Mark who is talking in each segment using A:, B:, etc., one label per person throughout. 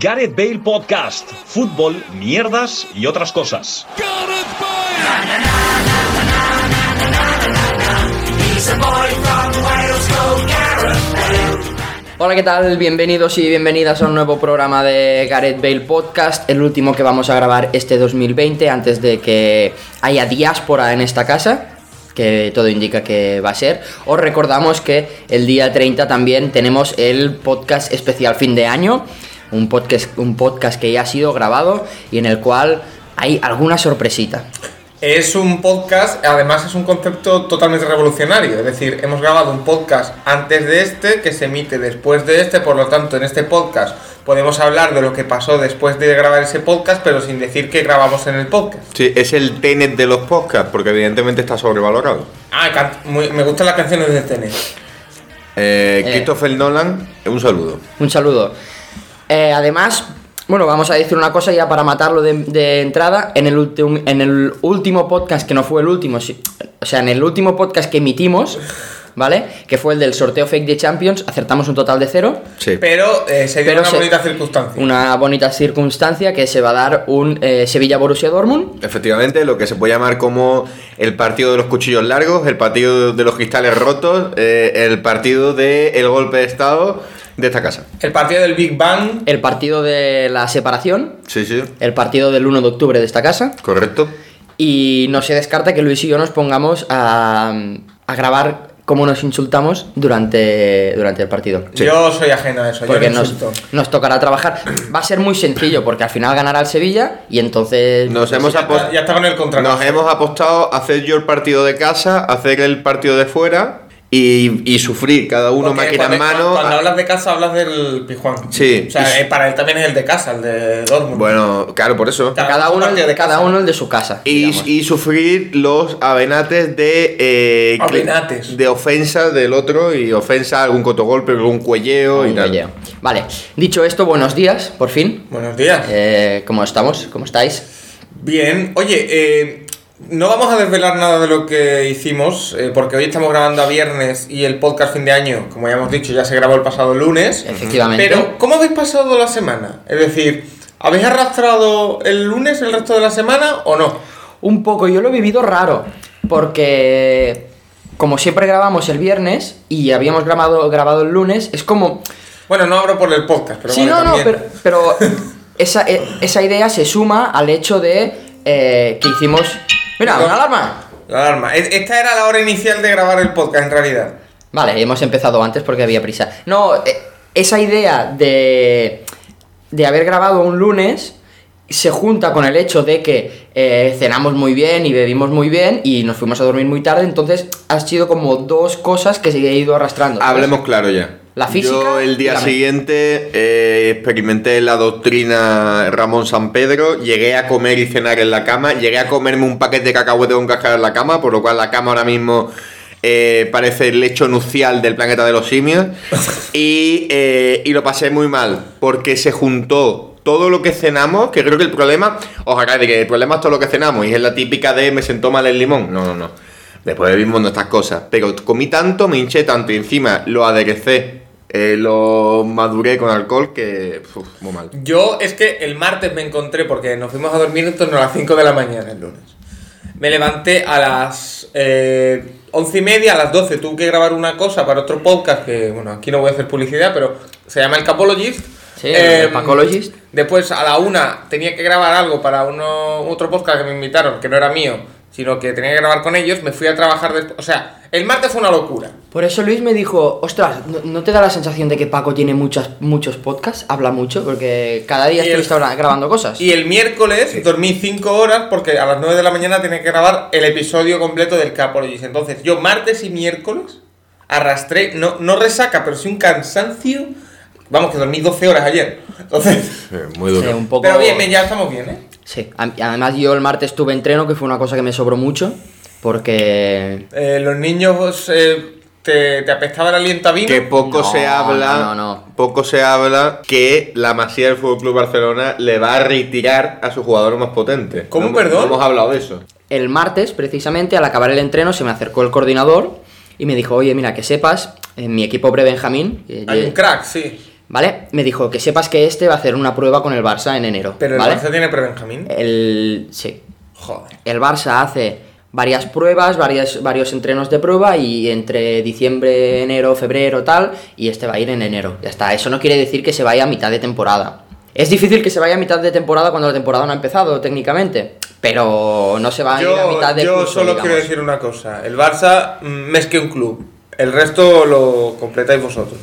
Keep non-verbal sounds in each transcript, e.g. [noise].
A: Gareth Bale Podcast, fútbol, mierdas y otras cosas.
B: Hola, ¿qué tal? Bienvenidos y bienvenidas a un nuevo programa de Gareth Bale Podcast, el último que vamos a grabar este 2020 antes de que haya diáspora en esta casa, que todo indica que va a ser. Os recordamos que el día 30 también tenemos el podcast especial fin de año, un podcast, un podcast que ya ha sido grabado y en el cual hay alguna sorpresita.
C: Es un podcast, además es un concepto totalmente revolucionario. Es decir, hemos grabado un podcast antes de este que se emite después de este, por lo tanto, en este podcast podemos hablar de lo que pasó después de grabar ese podcast, pero sin decir que grabamos en el podcast.
D: Sí, es el Tenet de los podcasts, porque evidentemente está sobrevalorado.
C: Ah, can- muy- me gustan las canciones de Tenet.
D: Eh,
B: Eh.
D: Christopher Nolan, un saludo.
B: Un saludo. Eh, además, bueno, vamos a decir una cosa ya para matarlo de, de entrada. En el, ultim- en el último podcast, que no fue el último, sí- o sea, en el último podcast que emitimos, ¿vale? Que fue el del sorteo fake de Champions, acertamos un total de cero.
D: Sí.
C: Pero eh, se dio
B: Pero
C: una
B: se-
C: bonita circunstancia.
B: Una bonita circunstancia que se va a dar un Sevilla Borussia Dortmund.
D: Efectivamente, lo que se puede llamar como el partido de los cuchillos largos, el partido de los cristales rotos, eh, el partido del el golpe de estado de esta casa.
C: El partido del Big Bang,
B: El partido de la separación.
D: Sí, sí.
B: El partido del 1 de octubre de esta casa.
D: Correcto.
B: Y no se descarta que Luis y yo nos pongamos a, a grabar cómo nos insultamos durante, durante el partido.
C: yo soy ajeno a eso.
B: Porque
C: yo no
B: nos,
C: insulto.
B: nos tocará trabajar. Va a ser muy sencillo, porque al final ganará el Sevilla y entonces. pues,
D: Nos hemos,
C: Ya está,
D: apos-
C: ya está con el contrato.
D: nos hemos apostado a hacer yo el partido de casa, hacer el partido de fuera y, y sufrir cada uno
C: Porque
D: máquina en
C: cuando-
D: mano. Ah,
C: Cuando
D: a-
C: hablas de casa, hablas del Pijuan.
D: Sí.
C: O sea, eh, para él también es el de casa, el de Dortmund.
D: Bueno, claro, por eso.
B: Cada uno, el de,
C: de
B: cada
C: casa.
B: uno el de su casa.
D: Y,
B: digamos.
D: y sufrir los avenates de. eh, que-
C: Avenates.
D: De ofensa del otro y ofensa, algún cotogolpe, algún cuelleo y
B: Un
D: tal.
B: relleno. Vale, dicho esto, buenos días, por fin.
C: Buenos días.
B: Eh, ¿Cómo estamos? ¿Cómo estáis?
C: Bien, oye, eh, no vamos a desvelar nada de lo que hicimos, eh, porque hoy estamos grabando a viernes y el podcast fin de año, como ya hemos dicho, ya se grabó el pasado lunes.
B: Efectivamente.
C: Pero, ¿cómo habéis pasado la semana? Es decir, ¿habéis arrastrado el lunes el resto de la semana o no?
B: Un poco, yo lo he vivido raro, porque como siempre grabamos el viernes y habíamos grabado, grabado el lunes, es como...
C: Bueno, no abro por el podcast, pero
B: sí,
C: vale,
B: no, no,
C: también.
B: pero, pero
C: [laughs]
B: esa, e- esa idea se suma al hecho de eh, que hicimos... Mira, una alarma.
C: La alarma. Es- Esta era la hora inicial de grabar el podcast, en realidad.
B: Vale, hemos empezado antes porque había prisa. No, eh, esa idea de, de haber grabado un lunes se junta con el hecho de que eh, cenamos muy bien y bebimos muy bien y nos fuimos a dormir muy tarde, entonces han sido como dos cosas que se he ido arrastrando. ¿sabes?
D: Hablemos claro ya.
B: La física
D: Yo el
B: y
D: día
B: la mente.
D: siguiente eh, experimenté la doctrina Ramón San Pedro, llegué a comer y cenar en la cama, llegué a comerme un paquete de cacahuete con cáscara en la cama, por lo cual la cama ahora mismo eh, parece el lecho nucial del planeta de los simios, y, eh, y lo pasé muy mal, porque se juntó todo lo que cenamos, que creo que el problema, os acá de que el problema es todo lo que cenamos, y es la típica de me sentó mal el limón, no, no, no. Después bebimos estas cosas. Pero comí tanto, me hinché tanto y encima lo aderecé. eh, lo maduré con alcohol que. uf, muy mal.
C: Yo es que el martes me encontré, porque nos fuimos a dormir en torno a las 5 de la mañana el lunes. Me levanté a las eh, 11 y media, a las 12 tuve que grabar una cosa para otro podcast que, bueno, aquí no voy a hacer publicidad, pero se llama El Capologist. Em,
B: Sí, el Pacologist.
C: Después a la 1 tenía que grabar algo para uno, otro podcast que me invitaron, que no era mío, sino que tenía que grabar con ellos. Me fui a trabajar después. O sea, el martes fue una locura.
B: Por eso Luis me dijo, ostras, ¿no, no te da la sensación de que Paco tiene muchas, muchos podcasts? Habla mucho, porque cada día
C: Y el-
B: estuviste habla- grabando cosas.
C: Y el miércoles dormí 5 horas porque a las 9 de la mañana tenía que grabar el episodio completo del Capologist. Entonces, yo martes y miércoles arrastré, no, no resaca, pero sí un cansancio. Vamos, que dormí 12 horas ayer. Entonces,
D: muy
B: Sí, un [laughs] poco...
C: pero bien, bien, ya estamos bien, ¿eh?
B: Sí, a- además yo el martes tuve entreno, que fue una cosa que me sobró mucho, porque...
C: Eh, los niños eh, te, te apestaba el aliento a vino.
D: Que poco
B: No,
D: se habla.
B: no, no, no.
D: Poco se habla que la Masía del Fútbol Club Barcelona le va a retirar a su jugador más potente.
C: ¿Cómo,
D: No hemos-
C: perdón?
D: No hemos hablado de eso.
B: El martes, precisamente, al acabar el entreno, se me acercó el coordinador y me dijo, oye, mira, que sepas, en mi equipo prebenjamín... eh,
C: Hay
B: lle-
C: un crack, sí.
B: ¿vale? Me dijo que sepas que este va a hacer una prueba con el Barça en enero.
C: Pero el
B: ¿vale? Eh,
C: Barça tiene pre-Benjamín.
B: El- Sí.
C: Joder.
B: El Barça hace varias pruebas, varias, varios entrenos de prueba y entre diciembre, enero, febrero, tal, y este va a ir en enero. Ya está, eso no quiere decir que se vaya a mitad de temporada. Es difícil que se vaya a mitad de temporada cuando la temporada no ha empezado técnicamente, pero no se va a ir a
C: Yo,
B: mitad de
C: yo
B: curso,
C: solo
B: digamos.
C: quiero decir una cosa. El Barça mm, es que un club. El resto lo completáis vosotros.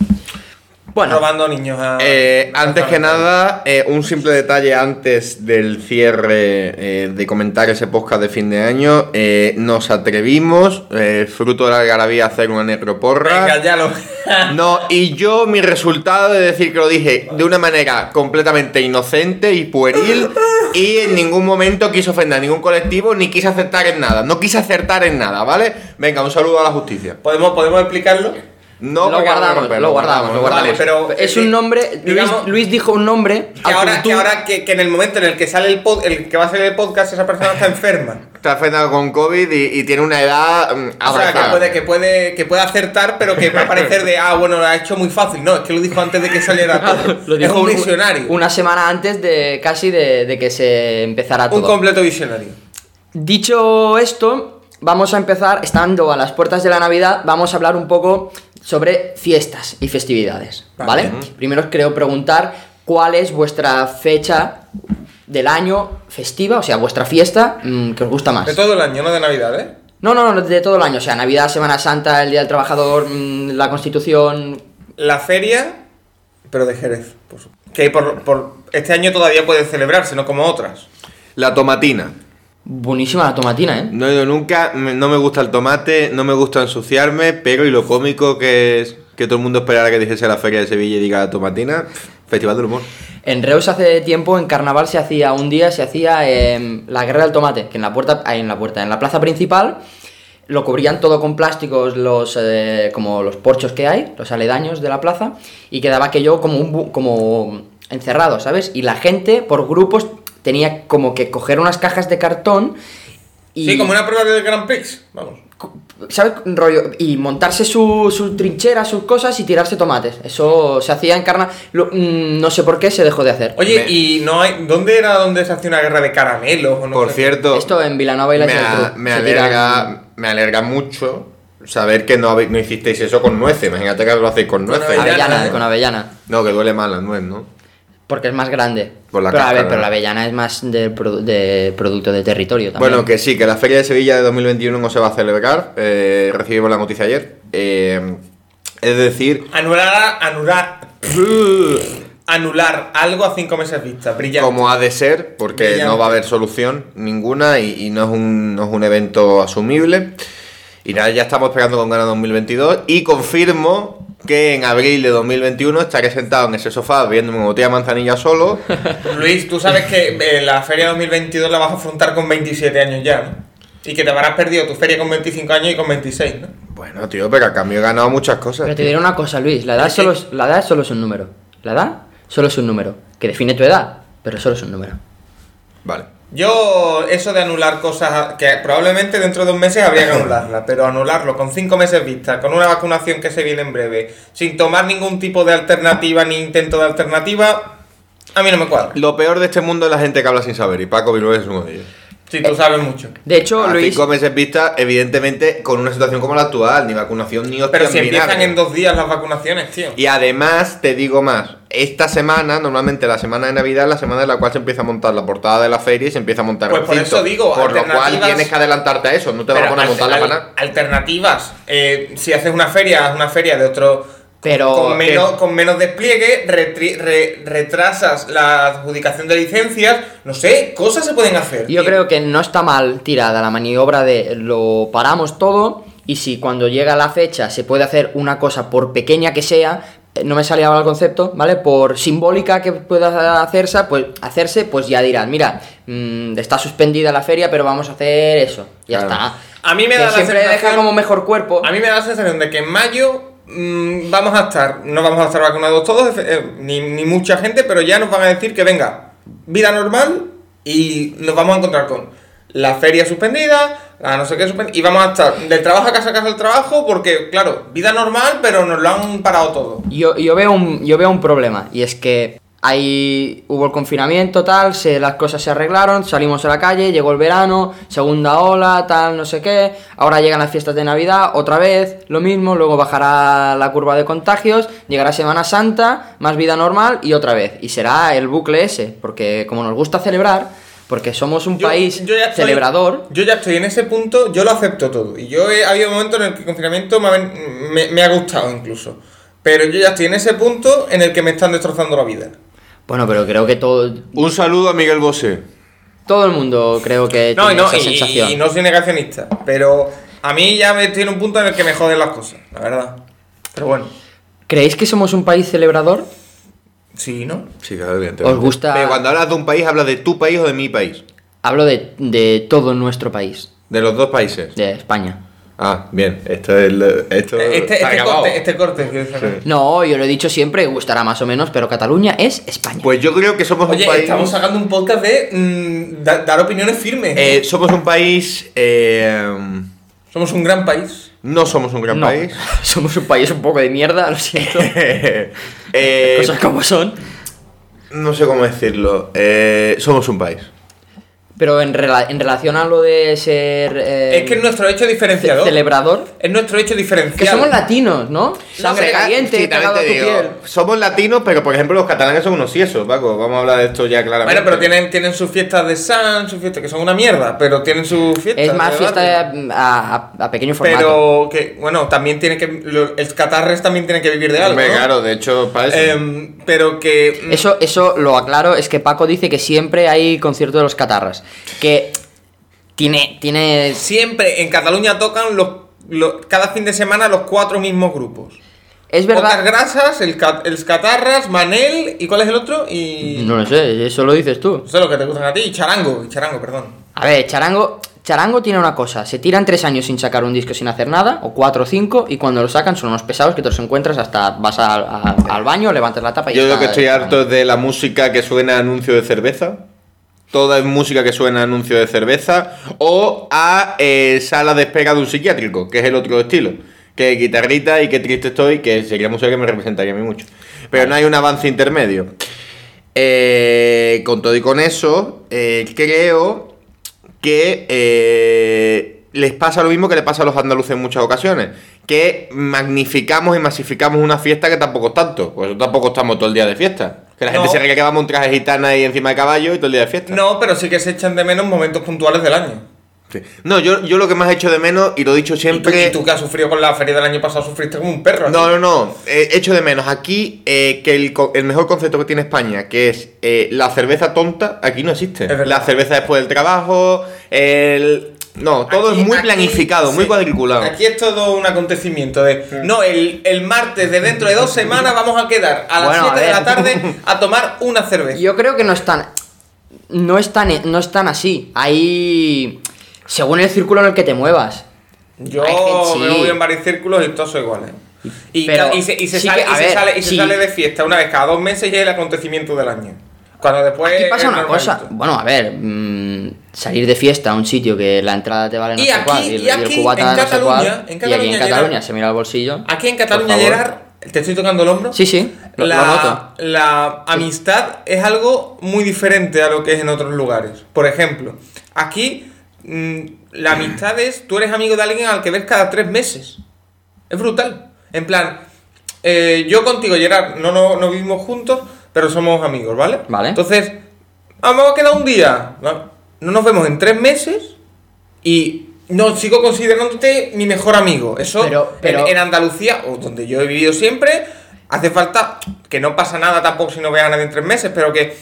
B: Bueno,
C: Robando niños a...
D: Eh,
C: a-
D: antes
C: a-
D: que nada, eh, un simple detalle antes del cierre eh, de comentar ese podcast de fin de año. Eh, nos atrevimos, eh, fruto de la algarabía, a hacer una necroporra.
C: Venga, ya lo... [laughs]
D: No, y yo mi resultado de decir que lo dije de una manera completamente inocente y pueril y en ningún momento quise ofender a ningún colectivo ni quise acertar en nada. No quise acertar en nada, ¿vale? Venga, un saludo a la justicia.
C: ¿Podemos, ¿Podemos explicarlo?
D: No,
B: lo,
D: porque ahora
B: guardamos,
D: romper,
B: lo guardamos, lo
D: vale,
B: guardamos.
D: pero-
C: pero- eh,
B: es un nombre,
C: digamos-
B: Luis, Luis dijo un nombre,
C: Que
B: al
C: ahora, que,
B: tú-
C: ahora que, que en el momento en el que sale el, pod- el que va a salir el podcast esa persona
B: [laughs]
C: está enferma.
D: Está afectado con COVID y, y tiene una edad mm,
C: O sea, que
D: abrazada.
C: puede, que, puede, que puede acertar, pero que va a parecer de, ah, bueno, lo ha hecho muy fácil. No, es que lo dijo antes de
B: [laughs]
C: que saliera todo.
B: lo dijo
C: es un
B: un-
C: visionario.
B: Una semana antes de casi de, de que se empezara todo.
C: un completo visionario.
B: Dicho esto, vamos a empezar, estando a las puertas de la Navidad, vamos a hablar un poco sobre fiestas y festividades, ¿vale? Primero os creo preguntar cuál es vuestra fecha del año festiva, o sea, vuestra fiesta mm, que os gusta más.
C: De todo el año, no de Navidad, ¿eh?
B: No, no, no, de todo el año, o sea, Navidad, Semana Santa, el Día del Trabajador, mm, la Constitución...
C: La feria, pero de Jerez. por supuesto. que por, por este año todavía puede celebrarse, no como otras.
D: La tomatina.
B: Buenísima la tomatina, ¿eh?
D: No he ido nunca, me- no me gusta el tomate, no me gusta ensuciarme, pero y lo cómico que es que todo el mundo esperara que dijese la feria de Sevilla y diga la tomatina, festival del humor.
B: En Reus hace tiempo, en Carnaval se hacía un día, se hacía em, la guerra del tomate, que en la puerta, ahí en la puerta, en la plaza principal, lo cubrían todo con plásticos, los eh, como los porchos que hay, los aledaños de la plaza, y quedaba aquello como un bu- como encerrado, ¿sabes? Y la gente por grupos tenía como que coger unas cajas de cartón y
C: Sí, como una prueba del Grand Prix. Vamos.
B: ¿sabes? Rollo, y montarse su, su trinchera, sus cosas y tirarse tomates. Eso se hacía en Carna, lo- mm, no sé por qué se dejó de hacer.
C: Oye,
D: Me-
C: ¿y no hay, dónde era donde se hacía una guerra de caramelos? o no
D: Por
C: sé?
D: cierto,
B: Esto en Vilanova y la
D: me, a-
B: Geltrú.
D: me
B: Se tiran-
D: alerga, me alerga mucho saber que no, habe- no hicisteis eso con nueces. Imagínate que lo hacéis con nueces.
C: avellana,
B: Avellana,
C: ¿eh?
B: con avellana.
D: No, que duele más la nuez, ¿no?
B: Porque es más grande.
D: Por la
B: pero a ver,
D: cáscara.
B: pero la avellana es más de, produ- de producto de territorio también.
D: Bueno, que sí, que la Feria de Sevilla de 2021 no se va a celebrar. eh, recibimos la noticia ayer. Eh, es decir,
C: Anular,
D: [laughs]
C: anular, anular algo a cinco meses vista. Brillante.
D: como ha de ser, porque
C: Brillante.
D: no va a haber solución ninguna y, y no, es un, no es un evento asumible. Y nada, ya estamos esperando con ganas 2022 y confirmo que en abril de 2021 estaré sentado en ese sofá viendo una botella de manzanilla
B: [laughs]
D: solo.
C: Luis, tú sabes que eh, la feria 2022 la vas a afrontar con 27 años ya, ¿no? Y que te habrás perdido tu feria con 25 años y con 26, ¿no?
D: bueno, tío, pero a cambio he ganado muchas cosas.
B: Pero te
D: tío.
B: diré una cosa, Luis. La edad, solo es, la edad solo es un número. La edad solo es un número. Que define tu edad, pero solo es un número.
D: Vale.
C: Yo, eso de anular cosas que probablemente dentro de un meses habría que anularla, pero anularlo con cinco meses vista, con una vacunación que se viene en breve, sin tomar ningún tipo de alternativa ni intento de alternativa, a mí no me cuadra.
D: Lo peor de este mundo es la gente que habla sin saber y Paco Virués es uno de ellos.
C: Si tú sabes mucho.
B: De hecho,
D: a
B: Luis.
D: Ah, cinco meses vista, evidentemente, con una situación como la actual, ni vacunación ni hostia
C: Pero si empiezan en
D: en
C: dos días las vacunaciones, tío.
D: Y además, te digo más, esta semana, normalmente la semana de Navidad es la semana en la cual se empieza a montar la portada de la feria y se empieza a montar
C: Pues por
D: recinto.
C: eso digo,
D: Por lo cual
C: alternativas-
D: tienes que adelantarte a eso, no te van a
C: Pero
D: poner a
C: alter-
D: montar la
C: al-
D: pana.
C: Alternativas. Eh, si haces una feria, haz una feria de otro.
B: Pero
C: con menos,
B: que-
C: con menos despliegue, retri- re- retrasas la adjudicación de licencias. No sé, cosas se pueden hacer.
B: Yo
C: tío.
B: creo que no está mal tirada la maniobra de lo paramos todo y si cuando llega la fecha se puede hacer una cosa por pequeña que sea, eh, no me sale ahora el concepto, ¿vale? Por simbólica que pueda hacerse, pues hacerse, pues ya dirán, mira, mm, está suspendida la feria, pero vamos a hacer eso. Ya
D: Claro.
B: está.
C: A mí me
B: Que
C: da la
B: siempre deja
C: sensación-
B: como mejor cuerpo.
C: A mí me da la sensación de que en mayo mm, vamos a estar, no vamos a estar vacunados todos, efe- eh, ni, ni mucha gente, pero ya nos van a decir que venga, vida normal y nos vamos a encontrar con la feria suspendida, la no sé qué, suspend- y vamos a estar del trabajo a casa, a casa al trabajo, porque, claro, vida normal, pero nos lo han parado todo.
B: Yo, yo, veo un, yo veo un problema y es que ahí hubo el confinamiento, tal, se, las cosas se arreglaron, salimos a la calle, llegó el verano, segunda ola, tal, no sé qué, ahora llegan las fiestas de Navidad, otra vez, lo mismo, luego bajará la curva de contagios, llegará Semana Santa, más vida normal y otra vez. Y será el bucle ese, porque como nos gusta celebrar, porque somos un
C: Yo-
B: país
C: yo ya estoy-
B: celebrador,
C: Yo ya estoy en ese punto, yo lo acepto todo. Y yo he ha habido momentos en el que el confinamiento me ha, ven- me- me ha gustado incluso. Pero yo ya estoy en ese punto en el que me están destrozando la vida.
B: bueno, pero creo que todo,
D: Un saludo a Miguel Bosé.
B: todo el mundo creo que
C: No, y
B: tiene
C: no,
B: esa
C: y-
B: sensación.
C: y no soy negacionista. Pero a mí ya me estoy en un punto en el que me joden las cosas, la verdad. Pero bueno,
B: ¿Creéis que somos un país celebrador?
C: sí, ¿no?
D: Sí, claro, evidentemente.
B: ¿Os gusta-
D: Pero cuando hablas de un país, hablas de tu país o de mi país.
B: Hablo de, de todo nuestro país,
D: De los dos países.
B: de España.
D: Ah, bien. Esto es. lo- Esto
C: Este, este
D: está grabado.
C: corte, este corte. quiero decir.
B: No, yo lo he dicho siempre, gustará más o menos, pero Cataluña es España.
D: Pues yo creo que somos
C: Oye,
D: un país.
C: estamos sacando un podcast de mm, da- dar opiniones firmes.
D: eh, somos un país. eh,
C: Somos un gran país.
D: no somos un gran
B: No,
D: país.
B: [laughs]
D: [laughs]
B: somos un país un poco de mierda, lo siento.
D: Eh,
B: Cosas como son.
D: no sé cómo decirlo. Eh, somos un país.
B: Pero en, rela- en relación a lo de ser... eh,
C: es que es nuestro hecho
B: ce-
C: diferenciador.
B: celebrador.
C: Es nuestro hecho diferencial.
B: Que somos latinos, ¿no? Sangre
D: Sí,
B: caliente,
D: sí,
B: pegado a tu
D: también te
B: piel.
D: digo, Somos latinos, pero por ejemplo los catalanes son unos ciesos, Paco. Vamos a hablar de esto ya claramente.
C: Bueno, pero tienen, tienen sus fiestas de San, sus fiestas que son una mierda, pero tienen sus fiestas.
B: Es más
C: de
B: fiesta
C: barrio.
B: a, a- a pequeño formato.
C: Pero que, bueno, también tiene que. lo- el catarres también tiene que vivir de algo.
D: Hombre,
C: ¿no?
D: claro, de hecho, para eso.
C: Em, pero que. mm,
B: Eso, eso lo aclaro, es que Paco dice que siempre hay concierto de los catarras. Que tiene, tiene
C: Siempre en Cataluña tocan los, los- cada fin de semana los cuatro mismos grupos.
B: Es
C: Pocas
B: verdad.
C: grasas, el, ca- el catarras, Manel, ¿y cuál es el otro? Y.
B: No lo sé, eso lo dices tú.
C: No sé lo que te gustan a ti, y charango, y charango, perdón.
B: A ver, Charango, Charango tiene una cosa. Se tiran tres años sin sacar un disco sin hacer nada, o cuatro o cinco, y cuando lo sacan son unos pesados que te los encuentras hasta vas al, a- al baño, levantas la tapa y
D: Yo
B: está ¿eh?
D: lo que estoy
B: el
D: harto
B: Charango.
D: es de la música que suena a anuncio de cerveza. Toda es música que suena a anuncio de cerveza. O a eh, sala de espera de un psiquiátrico, que es el otro estilo. Que guitarrita y qué triste estoy, que sería música que me representaría a mí mucho. Pero no hay un avance intermedio. Eh, con todo y con eso, eh, creo que eh, les pasa lo mismo que le pasa a los andaluces en muchas ocasiones, que magnificamos y masificamos una fiesta que tampoco es tanto, pues tampoco estamos todo el día de fiesta. Que la
C: No.
D: gente se cree que vamos un traje gitana y encima de caballo y todo el día de fiesta.
C: No, pero sí que se echan de menos momentos puntuales del año.
D: Sí. No, yo, yo lo que más he hecho de menos, y lo he dicho
C: Y tú,
D: siempre...
C: y tú que has sufrido con la feria del año pasado, sufriste como un perro.
D: No,
C: ¿sí?
D: no, no. eh, echo de menos. Aquí, eh, que el, co- el mejor concepto que tiene España, que es eh, la cerveza tonta, aquí no existe.
C: Es verdad.
D: La cerveza después del trabajo, el. No, todo
C: Aquí-
D: es muy
C: aquí-
D: planificado, muy
C: sí.
D: cuadriculado.
C: Aquí es todo un acontecimiento de. No, el, el martes de dentro de dos semanas vamos a quedar a las
B: Bueno, a
C: 7 de la
B: ver.
D: [laughs]
C: tarde a tomar una cerveza.
B: Yo creo que no están. No están, no están así. Hay. Según el círculo en el que te muevas.
C: Yo
B: Hay gente- sí.
C: me voy en varios círculos y todos son iguales. Y,
B: Pero
C: ca- y se, y se
B: sí
C: sale,
B: que-
C: y
B: a
C: se
B: ver,
C: sale- y se
B: sí.
C: sale de fiesta una vez cada dos meses y es el acontecimiento del año. Cuando después.
B: Aquí
C: es
B: pasa una
C: normalito.
B: cosa. Bueno, a ver, mm, salir de fiesta a un sitio que la entrada te vale no
C: Y
B: sé
C: aquí-
B: cuál, el-
C: y
B: el
C: aquí,
B: cubata
C: en
B: no sé
C: Cataluña-
B: cuál,
C: en
B: y aquí
C: Cataluña,
B: en Cataluña
C: Gerard.
B: se mira el bolsillo.
C: Aquí en Cataluña,
B: Por favor.
C: Gerard, ¿te estoy tocando el hombro?
B: Sí, sí, lo- lo noto.
C: La, la amistad es algo muy diferente a lo que es en otros lugares. Por ejemplo, aquí mm, la amistad es, tú eres amigo de alguien al que ves cada tres meses. Es brutal. En plan, eh, yo contigo, Gerard, no, no, no vivimos juntos, pero somos amigos, ¿vale?
B: Vale.
C: Entonces, vamos a quedar un día. ¿no? No nos vemos en tres meses y no sigo considerándote mi mejor amigo. Eso
B: Pero-
C: en-
B: pero-
C: en, Andalucía, o donde yo he vivido siempre, hace falta que no pasa nada tampoco si no veas a nadie en tres meses, pero que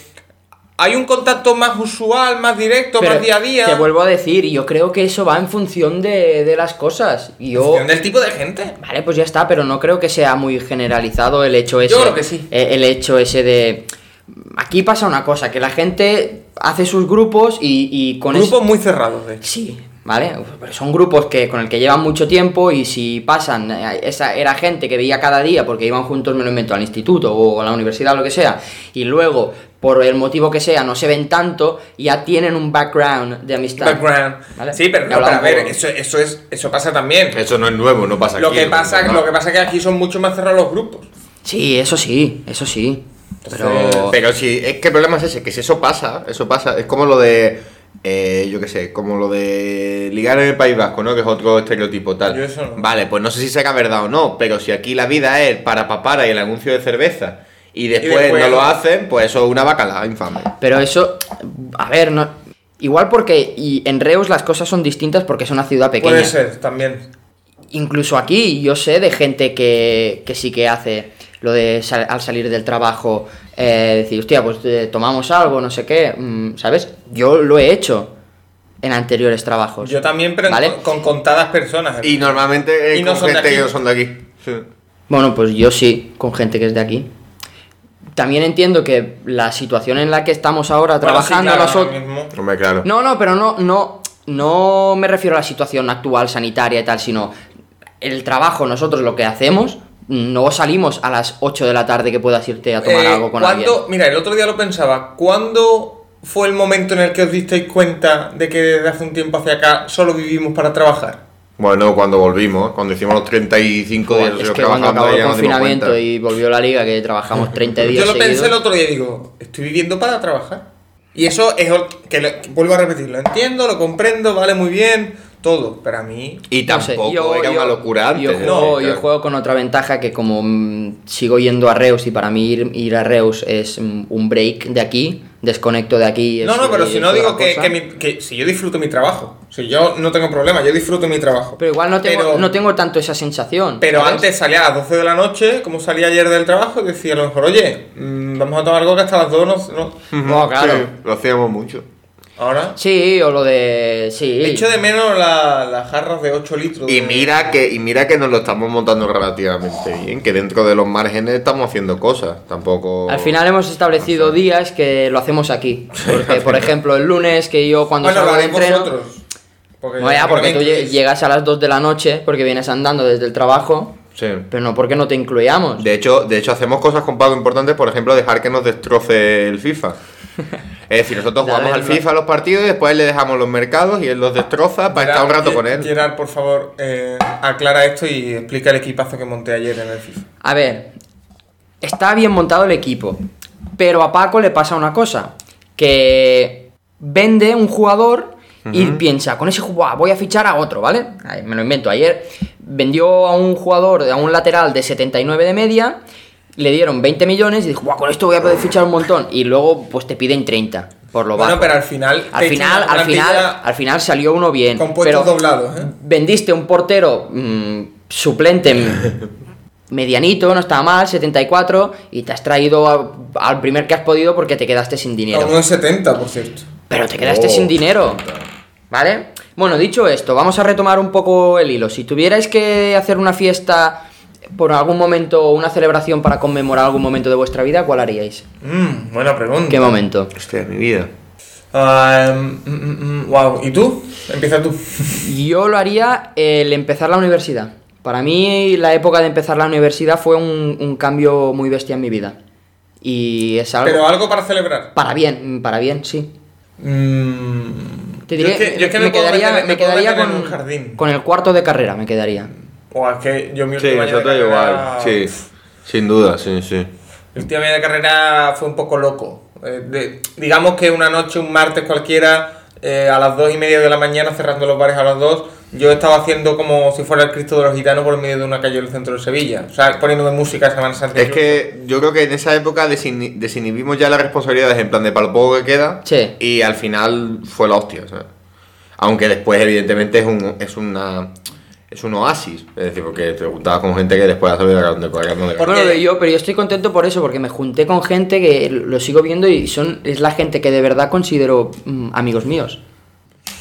C: hay un contacto más usual, más directo,
B: Pero
C: más día a día.
B: Te vuelvo a decir, y yo creo que eso va en función de, de las cosas. Y Yo,
C: Cuestión Del tipo de gente.
B: Vale, pues ya está, pero no creo que sea muy generalizado el hecho ese.
C: creo que sí.
B: eh, El hecho ese de. Aquí pasa una cosa, que la gente hace sus grupos y, y con
C: Grupos
B: es-
C: muy cerrados, de hecho.
B: Sí, ¿Vale? Pero son grupos que, con el que llevan mucho tiempo y si pasan, eh, esa era gente que veía cada día porque iban juntos, me lo invento, al instituto o a la universidad o lo que sea, y luego, por el motivo que sea, no se ven tanto, ya tienen un background de amistad.
C: Background.
B: ¿Vale?
C: Sí, pero,
B: He
C: no,
B: hablado
C: pero a
B: un
C: ver,
B: poco.
C: eso, eso, es, eso pasa también.
D: Eso no es nuevo, no pasa
C: lo,
D: aquí.
C: que pasa,
D: no.
C: lo que pasa es que aquí son mucho más cerrados los grupos.
B: Sí, eso sí, eso sí. Pero...
D: Pero si es que el problema es ese, que si eso pasa, eso pasa, es como lo de, eh, yo qué sé, como lo de ligar en el País Vasco, ¿no? Que es otro estereotipo tal.
C: Yo eso no.
D: Vale, pues no sé si será verdad o no, pero si aquí la vida es para papara y el anuncio de cerveza y después,
C: después
D: no lo
C: no.
D: hacen, pues eso es una bacalada infame.
B: Pero eso, a ver, no... Igual porque y en Reus las cosas son distintas porque es una ciudad pequeña.
C: Puede ser, también.
B: Incluso aquí yo sé de gente que, que sí que hace lo de sal- al salir del trabajo eh, decir, hostia, pues eh, tomamos algo, no sé qué, mm, ¿sabes? Yo lo he hecho en anteriores trabajos.
C: Yo también, pero
B: ¿Vale?
C: con, con contadas personas.
D: Y normalmente es
C: Y no
D: con
C: son de
D: gente que
C: aquí.
D: no son de aquí. Sí.
B: Bueno, pues yo sí, con gente que es de aquí. También entiendo que la situación en la que estamos ahora
C: Bueno, sí,
B: trabajando
C: claro,
B: nosotros...
C: ahora mismo.
D: Hombre, claro.
B: No, no, pero no, no, no me refiero a la situación actual sanitaria y tal, sino el trabajo, nosotros lo que hacemos, no salimos a las 8 de la tarde que puedas irte a tomar
C: Eh,
B: algo con alguien.
C: ¿cuándo- Mira, el otro día lo pensaba. ¿Cuándo fue el momento en el que os disteis cuenta de que desde hace un tiempo hacia acá solo vivimos para trabajar?
D: Bueno, cuando volvimos, cuando hicimos los 35 días,
B: es
D: yo
B: que cuando
D: trabajando,
B: acabó el
D: ya nos dimos
B: confinamiento
D: cuenta.
B: y volvió la liga, que trabajamos 30 días
C: Yo lo pensé el
B: seguidos,
C: otro día y digo, estoy viviendo para trabajar. Y eso es ot- que, lo- que vuelvo a repetir, lo entiendo, lo comprendo, vale muy bien, todo. Pero a mí.
D: Y
B: no sé,
D: tampoco era una locura antes.
B: Yo
D: ¿eh?
B: juego,
D: Sí,
B: yo
D: claro.
B: juego con otra ventaja que como mm, sigo yendo a Reus y para mí ir, ir a Reus es mm, un break de aquí, desconecto de aquí. es-
C: No, no, pero
B: es
C: si no
B: otra
C: digo que,
B: cosa.
C: que mi- que si yo disfruto mi trabajo, si yo no tengo problema, yo disfruto mi trabajo.
B: Pero igual no tengo,
C: Pero-
B: no tengo tanto esa sensación.
C: Pero
B: ¿sabes?
C: antes salía a las 12 de la noche, como salía ayer del trabajo, y decía a lo mejor, oye, mm, vamos a tomar algo que hasta las 2 no. no".
B: No, claro.
D: Sí, lo hacíamos mucho.
C: Ahora.
B: Sí, o lo de. Sí.
C: Echo de menos la- las jarras de 8 litros.
D: Y
C: de-
D: mira que y mira que nos lo estamos montando relativamente bien, que dentro de los márgenes estamos haciendo cosas, tampoco
B: Al final hemos establecido días que lo hacemos
C: [laughs]
B: aquí. Porque, por ejemplo, el lunes que yo cuando
C: Bueno, lo
B: salgo de
C: haréis
B: entreno.
C: vosotros. Porque,
B: No, ya,
C: no me
B: porque tú lle-
C: incluís.
B: llegas a las 2 de la noche porque vienes andando desde el trabajo,
D: Sí.
B: pero no porque no te incluyamos.
D: De hecho, de hecho hacemos cosas con pago importantes, por ejemplo, dejar que nos destroce el FIFA. Es decir, nosotros
B: Dale,
D: jugamos al
B: Luis.
D: FIFA los partidos, después le dejamos los mercados y él los destroza para estar un rato con él.
C: Gerard, por favor, eh, aclara esto y explica el equipazo que monté ayer en el FIFA.
B: A ver, está bien montado el equipo, pero a Paco le pasa una cosa, que vende un jugador y piensa, con ese jugador voy a fichar a otro, ¿vale? Ay, me lo invento, ayer vendió a un jugador, a un lateral de 79 de media, le dieron 20 millones y dijo, "Buah, con esto voy a poder fichar un montón, y luego pues te piden 30, por lo
C: Bueno,
B: bajo.
C: pero al final.
B: Al
C: te he hecho
B: final,
C: una
B: al final,
C: plantilla
B: al final salió uno bien.
C: Con puestos
B: pero
C: doblados, ¿eh?
B: Vendiste un portero mm, suplente mm, medianito, no estaba mal, 74, y te has traído a- al primer que has podido porque te quedaste sin
C: A
B: dinero.
C: 1,70, por cierto.
B: Pero te quedaste
D: Oh.
B: sin dinero. ¿Vale? Bueno, dicho esto, vamos a retomar un poco el hilo. Si tuvierais que hacer una fiesta por algún momento, una celebración para conmemorar algún momento de vuestra vida, ¿cuál haríais?
C: Mm, buena pregunta.
B: ¿Qué momento?
D: Hostia, mi vida.
C: Ah, mm, mm, mm, wow, ¿y tú? Empieza tú.
B: Yo lo haría el empezar la universidad. Para mí la época de empezar la universidad fue un, un cambio muy bestia en mi vida. Y es algo...
C: Pero algo para celebrar.
B: Para bien, para bien, sí.
C: Mm,
B: Te diré,
C: yo es que, yo
B: me,
C: es que
B: me
C: puedo
B: quedaría,
C: meter-
B: me
C: puedo
B: quedaría
C: meter en
B: con,
C: un jardín.
B: con el cuarto de carrera, me quedaría.
C: O es que yo mi
D: Sí,
C: último año de
D: nosotros
C: carrera-
D: igual, sí. Sin duda, sí, sí.
C: Mi último año de carrera fue un poco loco. Eh, de- digamos que una noche, un martes cualquiera, eh, a las dos y media de la mañana, cerrando los bares a las dos, yo estaba haciendo como si fuera el Cristo de los Gitanos por medio de una calle del centro de Sevilla. O sea, poniéndome música Semana Santa.
D: Es
C: incluso.
D: que yo creo que en esa época desin- desinhibimos ya las responsabilidades en plan de para lo poco que queda.
B: Sí.
D: Y al final fue la hostia, ¿sabes? Aunque después, evidentemente, es un, es una. Es un oasis. Es decir, porque te juntabas con gente que después ha sabido a dónde correr, a dónde correr.
C: Por-
B: Bueno,
C: qué?
B: yo, pero yo estoy contento por eso, porque me junté con gente que lo sigo viendo y son es la gente que de verdad considero mm, amigos míos.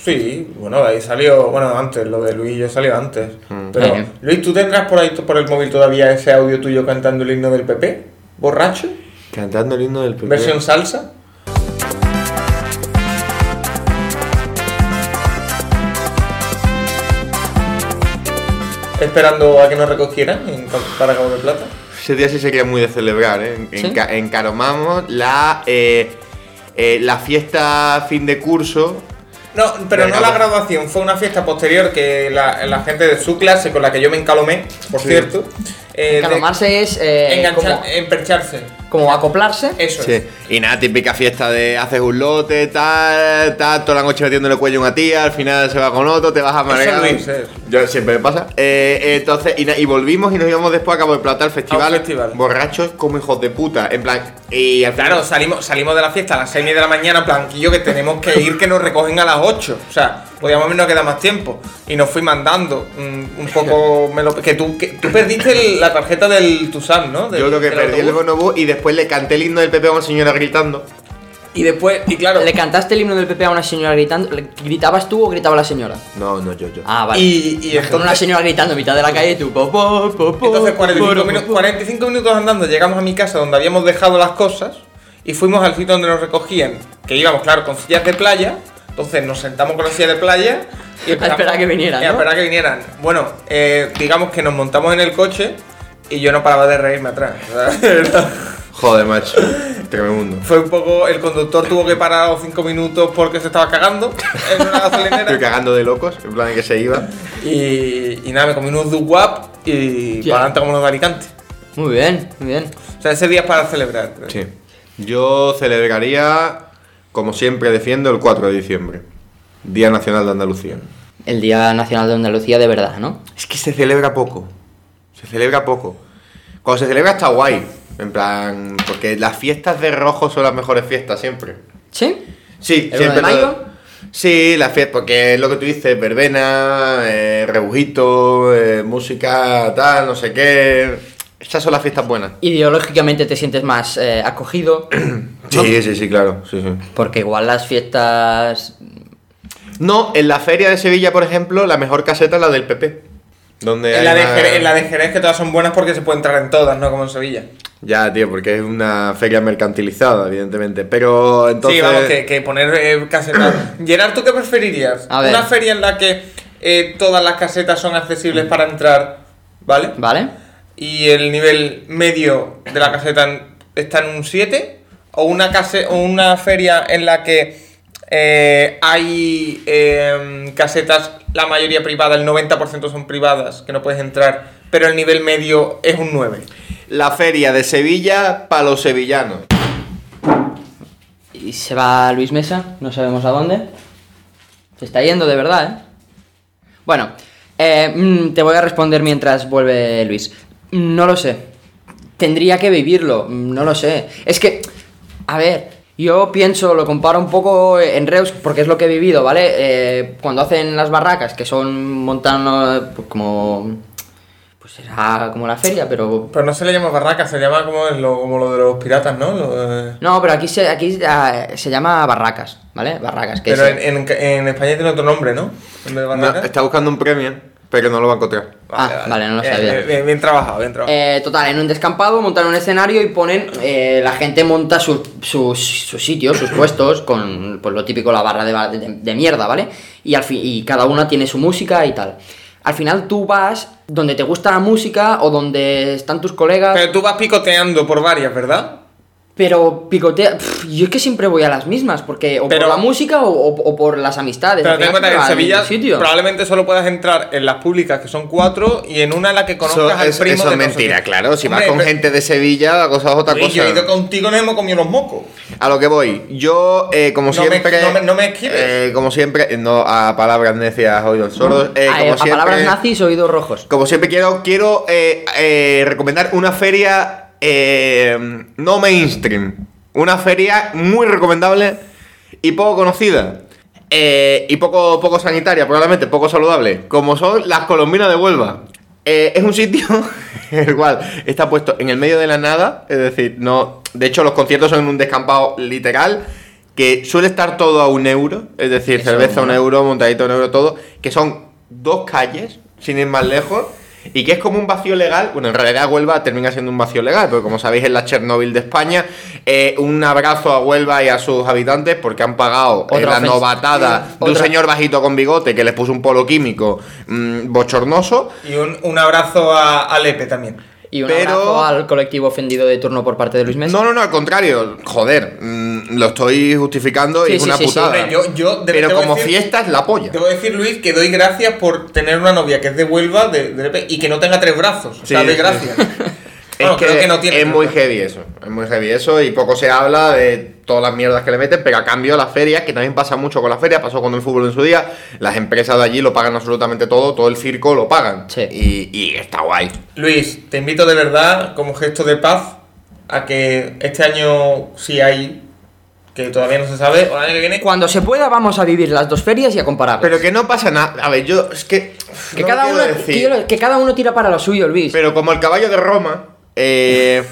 C: Sí, bueno, de ahí salió, bueno, antes, lo de Luis y yo salió antes. Pero,
B: Eh.
C: Luis, ¿tú tendrás por ahí, por el móvil todavía ese audio tuyo cantando el himno del PP? ¿Borracho?
D: Cantando el himno del PP.
C: ¿Versión salsa? esperando a que nos recogieran en Ca- para Cabo de Plata.
D: Ese día sí sería muy de celebrar, ¿eh? En, en
B: ¿Sí?
D: Ca- en Caromamo, la, eh, eh, la fiesta fin de curso.
C: No, pero
D: Venga,
C: no la
D: va.
C: graduación, fue una fiesta posterior que la, la gente de su clase, con la que yo me encalomé, por
D: Sí.
C: cierto, eh, de-
B: Calomarse es eh,
C: enganchar-
B: como,
C: empercharse.
B: como acoplarse.
C: Eso
D: Sí.
C: es.
D: Y nada, típica fiesta de haces un lote, tal, tal, toda la noche metiéndole el cuello a una tía, al final se va con otro, te vas a amargar.
C: Luis, eh.
D: Yo siempre me pasa. Eh, eh, entonces, y, na- y volvimos y nos íbamos después a Cabo de Plata al festival.
C: festival.
D: Borrachos como hijos de puta. En plan, y al
C: Claro,
D: final-
C: salimos, salimos de la fiesta a las 6 de la mañana, en plan, "Quillo, que tenemos que ir, que nos recogen a las 8. O sea, podíamos no queda más tiempo. Y nos fui mandando mm, un poco. me lo- que, tú, que tú perdiste el- la tarjeta del Tusam, ¿no? Del-
D: yo creo que
C: del
D: perdí el
C: autobús.
D: bonobús y después le canté el himno del Pepe a una señora gritando.
C: Y después, y claro.
B: ¿Le cantaste el himno del PP a una señora gritando? ¿Le- ¿Gritabas tú o gritaba la señora?
D: No, no, yo, yo.
B: Ah, vale.
C: Y, y
B: Con una
C: entonces,
B: señora gritando en mitad de la calle y tú. po, po, po, po,
C: entonces
B: po,
C: 45,
B: po,
C: minu-
B: po.
C: 45 minutos andando, llegamos a mi casa donde habíamos dejado las cosas y fuimos al sitio donde nos recogían, que íbamos, claro, con sillas de playa. Entonces nos sentamos con la silla de playa
B: [laughs]
C: y
B: A esperar a que vinieran,
C: y a
B: ¿no?
C: esperar a que vinieran. Bueno, eh, digamos que nos montamos en el coche y yo no paraba de reírme atrás. [laughs]
D: Joder, macho. Tremendo.
C: Fue un poco. El conductor tuvo que parar a los 5 minutos porque se estaba cagando [laughs] en una
D: Estoy
C: gasolinera.
D: cagando de locos, en plan que se iba.
C: y, y nada, me comí unos duwap y
B: Ya.
C: para adelante como unos de Alicante.
B: Muy bien, muy bien.
C: O sea, ese día es para celebrar. creo.
D: Sí. Yo celebraría, como siempre defiendo, el 4 de diciembre. Día Nacional de Andalucía.
B: El Día Nacional de Andalucía de verdad, ¿no?
D: Es que se celebra poco. Se celebra poco. Cuando se celebra está guay. En plan, porque las fiestas de rojo son las mejores fiestas siempre.
B: ¿Sí?
D: Sí,
B: ¿El
D: siempre.
B: uno
D: lo-
B: de mayo?
D: Sí, las fiestas, porque es lo que tú dices, verbena, eh, rebujito, eh, música, tal, no sé qué. Estas son las fiestas buenas.
B: Ideológicamente te sientes más eh,
C: [clears throat]
B: acogido,
D: Sí, sí, sí, claro. Sí, sí.
B: porque igual las fiestas.
D: No, en la feria de Sevilla, por ejemplo, la mejor caseta es la del PP. Donde
C: En
D: hay
C: la, de
D: más-
C: Jerez, en la de Jerez, que todas son buenas porque se puede entrar en todas, no como en Sevilla.
D: Ya, tío, porque es una feria mercantilizada, evidentemente. Pero entonces.
C: sí, vamos, que, que poner eh,
D: [coughs]
C: casetas. Gerard, ¿tú qué preferirías?
B: A ver.
C: Una feria en la que eh, todas las casetas son accesibles para entrar, ¿vale?
B: ¿Vale?
C: Y el nivel medio de la caseta en- está en un 7. O una, case, o una feria en la que eh, hay eh, casetas, la mayoría privada, el 90% son privadas, que no puedes entrar, pero el nivel medio es un 9.
D: La feria de Sevilla para los sevillanos.
B: Y se va Luis Mesa, no sabemos a dónde. Se está yendo de verdad, ¿eh? Bueno, eh, mm, te voy a responder mientras vuelve Luis. No lo sé. Tendría que vivirlo, mm, no lo sé. Es que, a ver, yo pienso, lo comparo un poco en Reus, porque es lo que he vivido, ¿vale? Eh, cuando hacen las barracas, que son montando como... Pues será como la feria, pero
C: Pero no se le llama barraca, se llama como lo, como lo de los piratas, ¿no? Lo, eh,
B: No, pero aquí se, aquí ah, se llama barracas, ¿vale? Barracas. Que
C: Pero
B: es-
C: en, en, en España tiene otro nombre, ¿no? ¿El de
D: No,
C: barraca?
D: está buscando un premio, pero no lo va a encontrar.
B: Ah, vale, no lo
C: Bien,
B: sabía.
C: Bien, Eh, bien, bien trabajado, bien trabajado.
B: Eh, total, en un descampado montan un escenario y ponen. eh, la gente monta sus sus sus sitios,
C: [coughs]
B: sus puestos, con pues, lo típico, la barra de, ba- de- de mierda, ¿vale? Y, al fi- y cada una tiene su música y tal. Al final tú vas donde te gusta la música o donde están tus colegas.
C: Pero tú vas picoteando por varias, ¿verdad?
B: Pero picotea. pf, yo es que siempre voy a las mismas, porque o
C: Pero-
B: por la música o, o- o por las amistades.
C: Pero
B: Al
C: ten en
B: final
C: cuenta que en
B: siempre vas
C: Sevilla
B: al mismo sitio.
C: probablemente solo puedas entrar en las públicas, que son cuatro, y en una en la que conozcas
D: Eso
C: al
D: es,
C: primo
D: eso
C: de
D: es
C: no sé
D: mentira,
C: quién.
D: claro. Si vas
C: Hombre,
D: con
C: pero-
D: gente de Sevilla, la cosa es otra
C: Oye,
D: cosa.
C: Yo he ido contigo y nos hemos comido los mocos.
D: A lo que voy, yo eh, como
C: No me-
D: siempre.
C: no me- no me esquives.
D: eh, como siempre, eh, no a palabras necias, oídos sordos. eh,
B: a,
D: como
B: a palabras
D: siempre-
B: nazis, oídos rojos.
D: Como siempre quiero, quiero eh, eh, recomendar una feria eh, no mainstream. Una feria muy recomendable y poco conocida. Eh, y poco, poco sanitaria, probablemente, poco saludable. Como son las Colombinas de Huelva. Eh, es un sitio [laughs] el cual está puesto en el medio de la nada. Es decir, no. De hecho, los conciertos son en un descampado literal. Que suele estar todo a un euro. Es decir,
B: Eso,
D: cerveza a un
B: ¿no?
D: euro, montadito a un euro, todo. Que son dos calles, sin ir más lejos. y que es como un vacío legal. Bueno, en realidad Huelva termina siendo un vacío legal, porque como sabéis es la Chernobyl de España. Eh, un abrazo a Huelva y a sus habitantes porque han pagado eh,
B: Otra
D: la
B: ofensa.
D: novatada
B: Sí,
D: de un
B: otra.
D: señor bajito con bigote que les puso un polo químico mm, bochornoso.
C: Y un, un abrazo a, a Lepe también.
B: Y un
D: Pero-
B: abrazo al colectivo ofendido de turno por parte de Luis Mesa.
D: No, no, no, al contrario, joder, mm, lo estoy justificando y
B: Sí,
D: es
B: sí,
D: una
B: sí, sí.
D: putada.
C: Hombre, yo- yo de-
D: Ah. Pero
C: tengo que
D: como
C: decir-
D: fiesta es la polla.
C: Debo decir, Luis, que doy gracias por tener una novia que es de Huelva de, de Lepe y que no tenga tres brazos. O sea,
D: Sí,
C: doy
D: sí.
C: gracias.
D: [laughs] Es
C: Bueno,
D: que,
C: creo que no tiene
D: es
C: tres
D: muy
C: brazos.
D: heavy eso, es muy heavy eso y poco se habla de todas las mierdas que le meten, pero a cambio las ferias, que también pasa mucho con las ferias, pasó con el fútbol en su día, las empresas de allí lo pagan absolutamente todo, todo el circo lo pagan
B: Sí.
D: y, y está guay.
C: Luis, te invito de verdad, como gesto de paz, a que este año, si hay, que todavía no se sabe, o el año que viene,
B: Cuando se pueda vamos a vivir las dos ferias y a compararlas.
D: Pero que no pasa nada, a ver, yo es que... no
B: que,
D: lo
B: cada
D: quiero
B: uno,
D: decir.
B: que yo lo- que cada uno tira para lo suyo, Luis.
D: Pero como el caballo de Roma,
C: [laughs]
D: eh,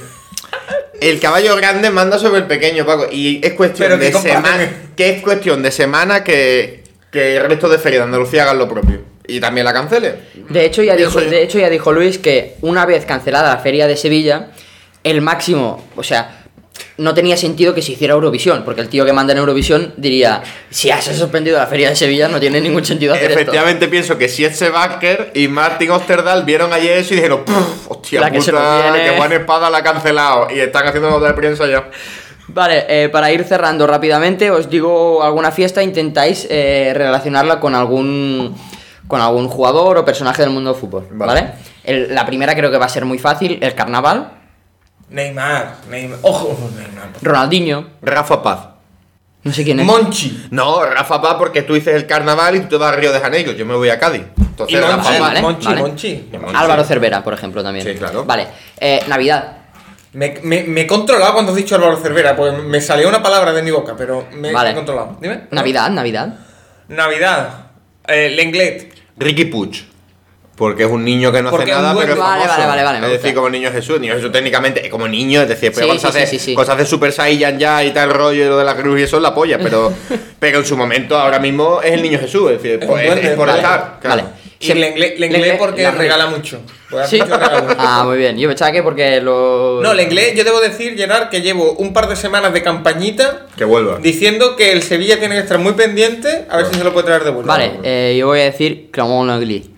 D: el caballo grande manda sobre el pequeño, Paco. Y es
C: Pero
D: cuestión
C: que
D: de
C: comparte.
D: semana. Que es cuestión de semana que, que el resto de ferias de Andalucía hagan lo propio. Y también la cancelen.
B: De hecho, ya dijo,
D: Pienso yo.
B: de hecho, ya dijo Luis que una vez cancelada la feria de Sevilla, el máximo, o sea, no tenía sentido que se hiciera Eurovisión, porque el tío que manda en Eurovisión diría, si has suspendido la feria de Sevilla, no tiene ningún sentido hacer esto.
D: Efectivamente pienso que si ese Baker y Martin Osterdal vieron ayer eso y dijeron, "Puf, hostia,
B: La que se nos
D: puta,
B: viene".
D: que Juan Espada la ha cancelado. Y están haciendo nota de prensa ya.
B: Vale, eh, para ir cerrando rápidamente, os digo alguna fiesta, intentáis eh, relacionarla con algún con algún jugador o personaje del mundo del fútbol,
D: Vale.
B: ¿vale? El- la primera creo que va a ser muy fácil, el carnaval,
C: Neymar, Neymar, ojo, Neymar.
B: Ronaldinho,
D: Rafa Paz.
B: no sé quién es.
C: Monchi.
D: No, Rafa Paz porque tú dices el carnaval y tú te vas a Río de Janeiro. Yo me voy a Cádiz.
C: Y
D: Entonces, Rafa
C: Monchi,
D: Paz.
B: vale,
C: Monchi,
B: vale.
C: Monchi.
D: Monchi.
B: Álvaro Cervera, por ejemplo, también.
D: Sí, claro.
B: Vale, eh, Navidad.
C: Me, me, me he controlado cuando has dicho Álvaro Cervera, pues me salió una palabra de mi boca, pero me
B: Vale.
C: he controlado. Dime.
B: Navidad, Navidad.
C: Navidad. Eh, Lenglet.
D: Ricky Puch. Porque es un niño que no
C: Porque es
D: hace
C: un
D: nada,
C: buen-
D: pero es
B: Vale,
D: famoso.
B: vale, vale, vale, me
D: es decir,
B: gusta.
D: como el niño Jesús, el niño Jesús técnicamente es como niño, es decir, pero
B: Sí,
D: cuando
B: sí,
D: se hace
B: sí, sí, sí.
D: cosas de Super Saiyan ya y tal rollo y lo de la cruz y eso es la polla,
B: [laughs]
D: pero, pero en su momento ahora mismo es el niño Jesús, es decir,
C: Es
D: pues,
C: un
D: es,
C: duende,
D: es por
C: vale.
D: estar. claro.
B: Vale.
C: Y
B: Sí.
C: Lenglet, Lenglet
B: Lenglet,
C: porque
B: la-
C: regala mucho. Pues has
B: Sí.
C: dicho
B: [laughs]
C: regala mucho.
B: Ah, muy bien. Yo pensaba que porque lo.
C: No, Lenglet, yo debo decir, Gerard, que llevo un par de semanas de campañita
D: Que vuelva.
C: diciendo que el Sevilla tiene que estar muy pendiente a ver si se lo puede traer de vuelta.
B: Vale, eh, yo voy a decir
D: [laughs]
B: Clamón Lagli.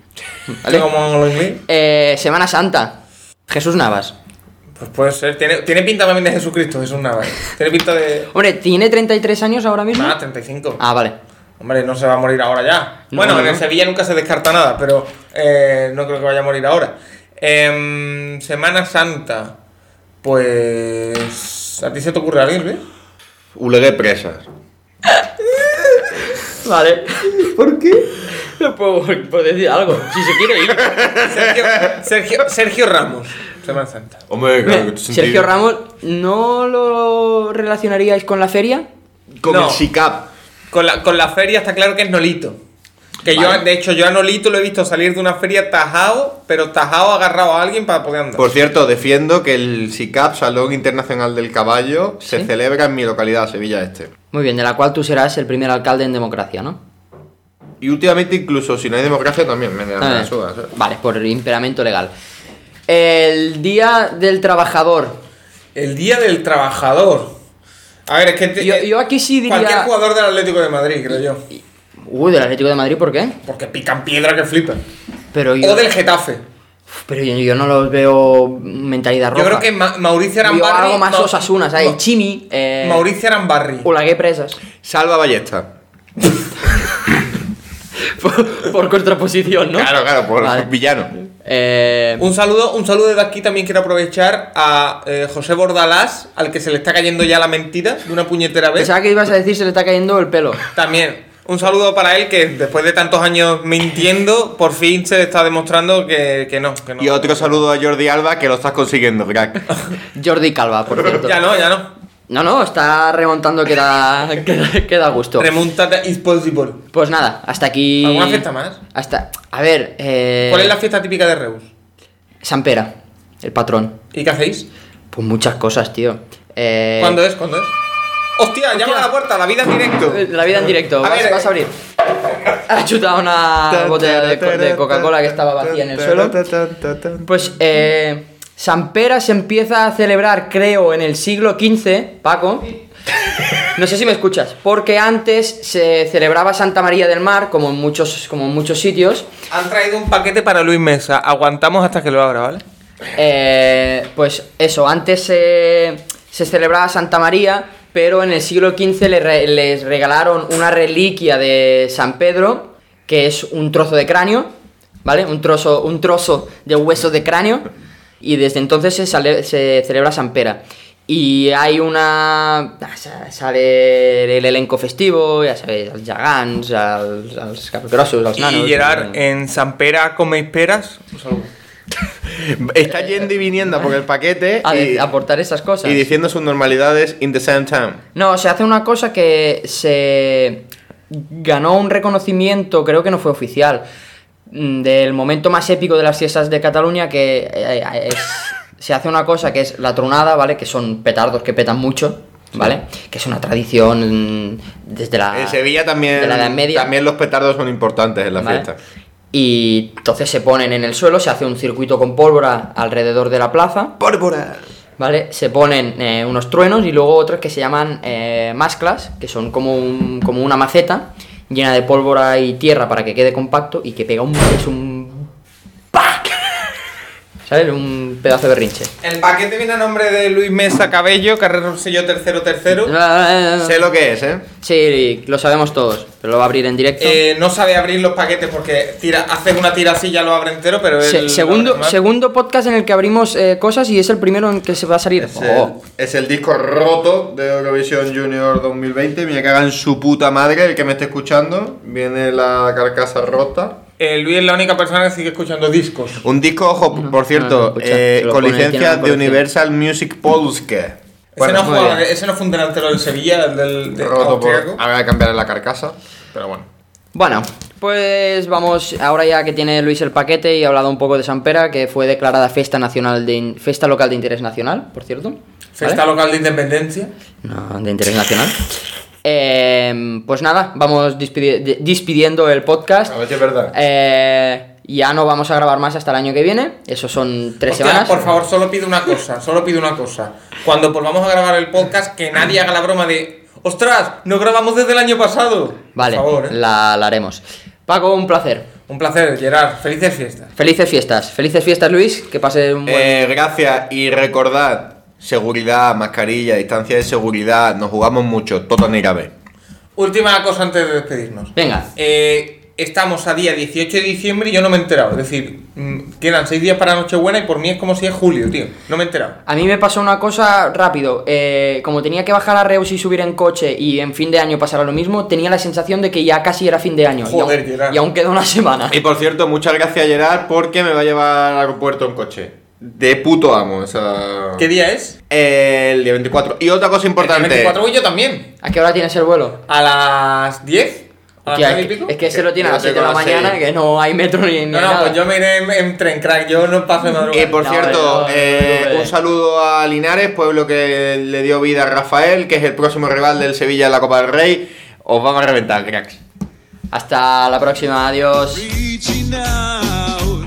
C: ¿Vale? Como Lenglet.
B: Eh, Semana Santa. Jesús Navas.
C: Pues puede ser. Tiene, tiene pinta también de Jesucristo, Jesús Navas. Tiene pinta de.
B: Hombre, ¿tiene 33 años ahora mismo?
C: Ah, 35.
B: Ah, vale.
C: Hombre, no se va a morir ahora ya.
B: No,
C: bueno,
B: no,
C: en el
B: no.
C: Sevilla nunca se descarta nada, pero eh, no creo que vaya a morir ahora. Em, Semana Santa. Pues. ¿A ti se te ocurre alguien, Luis?
D: Ulegué presas.
B: Vale. ¿Por qué? No puedo, puedo decir algo. Si se [laughs] quiere ir.
C: Sergio, Sergio, Sergio Ramos. Semana Santa.
D: Hombre, claro, que tú
B: Sergio
D: sentido.
B: Ramos, ¿no lo relacionaríais con la feria?
D: Con
C: No.
D: el SICAP.
C: Con la, con la feria está claro que es Nolito. Que yo,
B: Vale.
C: de hecho, yo a Nolito lo he visto salir de una feria tajado, pero tajado agarrado a alguien para poder andar.
D: Por cierto, defiendo que el SICAP, Salón Internacional del Caballo,
B: Sí.
D: se celebra en mi localidad, Sevilla Este.
B: Muy bien, de la cual tú serás el primer alcalde en democracia, ¿no?
D: Y últimamente incluso si no hay democracia también me, me
B: Ah,
D: la
B: eh.
D: suda, ¿sabes?
B: Vale, por imperamento legal. El Día del Trabajador.
C: El Día del Trabajador. A ver, es que te- eh,
B: Yo, yo aquí sí
C: cualquier
B: diría...
C: jugador del Atlético de Madrid, creo yo.
B: Uy, del Atlético de Madrid, ¿por qué?
C: Porque pican piedra que flipan.
B: Pero yo,
C: O del Getafe.
B: pero yo, yo no los veo mentalidad roja.
C: Yo creo que Ma- Mauricio
B: Yo
C: Arambarri.
B: algo más
C: Ma-
B: Osasuna, ¿sabes?
C: Ma-
B: Chimi, eh,
C: Mauricio Arambarri.
B: Ulagué Presas.
D: Salva Ballesta.
B: [laughs] por, por contraposición, ¿no?
D: Claro, claro, por
B: Vale.
D: villano.
B: Eh,
C: Un saludo, un saludo desde aquí también quiero aprovechar a eh, José Bordalás, al que se le está cayendo ya la mentira de una puñetera vez.
B: pensaba que ibas a decir se le está cayendo el pelo.
C: También. Un saludo para él que después de tantos años mintiendo, por fin se le está demostrando que, que no, que no.
D: Y otro saludo a Jordi Alba que lo estás consiguiendo, crack.
B: [laughs] Jordi Calva,
C: [laughs]
B: por cierto.
C: Ya no, ya no.
B: No, no, está remontando que da, [laughs] que da- que da gusto.
C: Remontada is possible.
B: Pues nada, hasta aquí.
C: ¿Alguna fiesta más?
B: Hasta. A ver, eh.
C: ¿Cuál es la fiesta típica de Reus?
B: San Pera, el patrón.
C: ¿Y qué hacéis?
B: Pues muchas cosas, tío. Eh,
C: ¿Cuándo
B: Eh.
C: es? ¿Cuándo es? ¡Hostia! Llama a la puerta, la vida en directo.
B: La vida en directo,
C: A
B: vas,
C: ver, eh,
B: vas a abrir. ha chutado
C: [laughs]
B: una botella de, co- de Coca-Cola que estaba vacía en el suelo. Pues eh, San Pera se empieza a celebrar, creo, en el siglo XV, Paco. No sé si me escuchas, porque antes se celebraba Santa María del Mar, como en muchos, como en muchos sitios.
C: Han traído un paquete para Luis Mesa. Aguantamos hasta que lo abra, ¿vale?
B: Eh, pues eso, antes se, se celebraba Santa María, pero en el siglo XV le re- les regalaron una reliquia de San Pedro, que es un trozo de cráneo, ¿vale? Un trozo, un trozo de hueso de cráneo, y desde entonces se, sale- se celebra San Pera. Y hay una... sa- sale el elenco festivo, ya sabéis, els gegants, els, els capgrossos, els nanos...
C: y Gerard, en San Pera coméis peras.
D: Está yendo y viniendo por el paquete
B: [laughs] a,
D: y,
B: de- aportar esas cosas.
D: y diciendo sus normalidades in the same time.
B: No, se hace una cosa que se ganó un reconocimiento, creo que no fue oficial, mm, del momento más épico de las fiestas de Cataluña, que eh, eh, es- se hace una cosa que es la tronada, ¿vale? Que son petardos que petan mucho, ¿vale? Que es una tradición mm, desde la...
D: en Sevilla también,
B: de la Edad Media.
D: también los petardos son importantes en la
B: ¿vale?
D: fiesta.
B: Y entonces se ponen en el suelo, se hace un circuito con pólvora alrededor de la plaza.
D: ¡Pólvora!
B: ¿Vale? Se ponen eh, unos truenos y luego otros que se llaman eh, masclas, que son como, un- como una maceta llena de pólvora y tierra para que quede compacto y que pega un... es un... ¡pac! ¿Sabes? Un pedazo de berrinche.
C: El paquete viene a nombre de Luis Mesa Cabello, Carrero Rosselló tercero tercero.
D: Sé lo que es, ¿eh?
B: Sí, lo sabemos todos, pero lo va a abrir en directo.
C: Eh, no sabe abrir los paquetes porque tira, hace una tira así y ya lo abre entero, pero
B: Se-
C: él lo abre
B: segundo,
C: mal.
B: segundo podcast en el que abrimos eh, cosas y es el primero en que se va a salir.
D: Es,
B: Oh.
D: el, es el disco roto de Eurovisión Junior 2020. Me cagan su puta madre el que me esté escuchando. Viene la carcasa rota.
C: Eh, Luis es la única persona que sigue escuchando discos.
D: Un disco, ojo, p- por
B: no,
D: cierto,
B: escucha,
D: eh,
B: se lo
D: con
B: pone, tiene
D: licencia
B: una
D: de
B: colección.
D: Universal Music Polska.
B: Bueno,
C: ese, no
B: muy
C: juega-
B: bien.
C: ese no fue un delantero del Sevilla, el del de
D: roto por.
C: austriaco.
D: Habrá que cambiarle la carcasa, pero bueno.
B: Bueno, pues vamos, ahora ya que tiene Luis el paquete y ha hablado un poco de San Pera, que fue declarada fiesta nacional de in- fiesta local de interés nacional, por cierto. ¿vale?
C: Fiesta local de independencia.
B: No, de interés nacional. Eh, pues nada, vamos despidi- de- despidiendo el podcast.
D: A ver si es verdad.
B: Eh, ya no vamos a grabar más hasta el año que viene. Eso son tres
C: Hostia,
B: semanas.
C: Por favor, solo pido una cosa, solo pido una cosa. Cuando volvamos a grabar el podcast, que nadie haga la broma de ¡Ostras! ¡No grabamos desde el año pasado!
B: Vale,
C: Por favor, ¿eh?
B: la, la haremos. Paco, un placer.
C: Un placer, Gerard. Felices fiestas.
B: Felices fiestas. Felices fiestas, Luis. Que pase un buen...
D: Eh, gracias y recordad: seguridad, mascarilla, distancia de seguridad. Nos jugamos mucho. Todo en irabe.
C: Última cosa antes de despedirnos.
B: Venga.
C: Eh, estamos a día 18 de diciembre y yo no me he enterado. Es decir, mm, quedan 6 días para Nochebuena y por mí es como si es julio, tío. No me he enterado.
B: A mí me pasó una cosa rápido. eh, como tenía que bajar a Reus y subir en coche y en fin de año pasara lo mismo, tenía la sensación de que ya casi era fin de año. y
C: Joder,
B: aún- y aún,
C: Gerard.
B: queda
D: [laughs]
B: una semana.
D: Y por cierto, muchas gracias Gerard porque me va a llevar al aeropuerto en coche. De puto amo, o sea.
C: ¿Qué día es?
D: El día 24. Y otra cosa importante.
C: El 24 voy yo también.
B: ¿A qué hora tienes el vuelo?
C: A las 10. A las
B: Hostia,
C: 9 y
B: es, que-
C: pico.
B: es que se lo tiene a las
D: Yo
B: 7 de la
D: tengo a las
B: mañana,
D: seis.
B: que no hay metro ni, ni
C: No, no,
B: nada.
C: pues yo me iré en, en tren crack, yo no paso de madrugada.
D: Y por
B: No,
D: cierto,
B: no, no,
D: eh,
B: no, no.
D: un saludo a Linares, pueblo que le dio vida a Rafael, que es el próximo rival del Sevilla en la Copa del Rey. Os vamos a reventar, cracks.
B: Hasta la próxima, adiós.
E: Reaching out.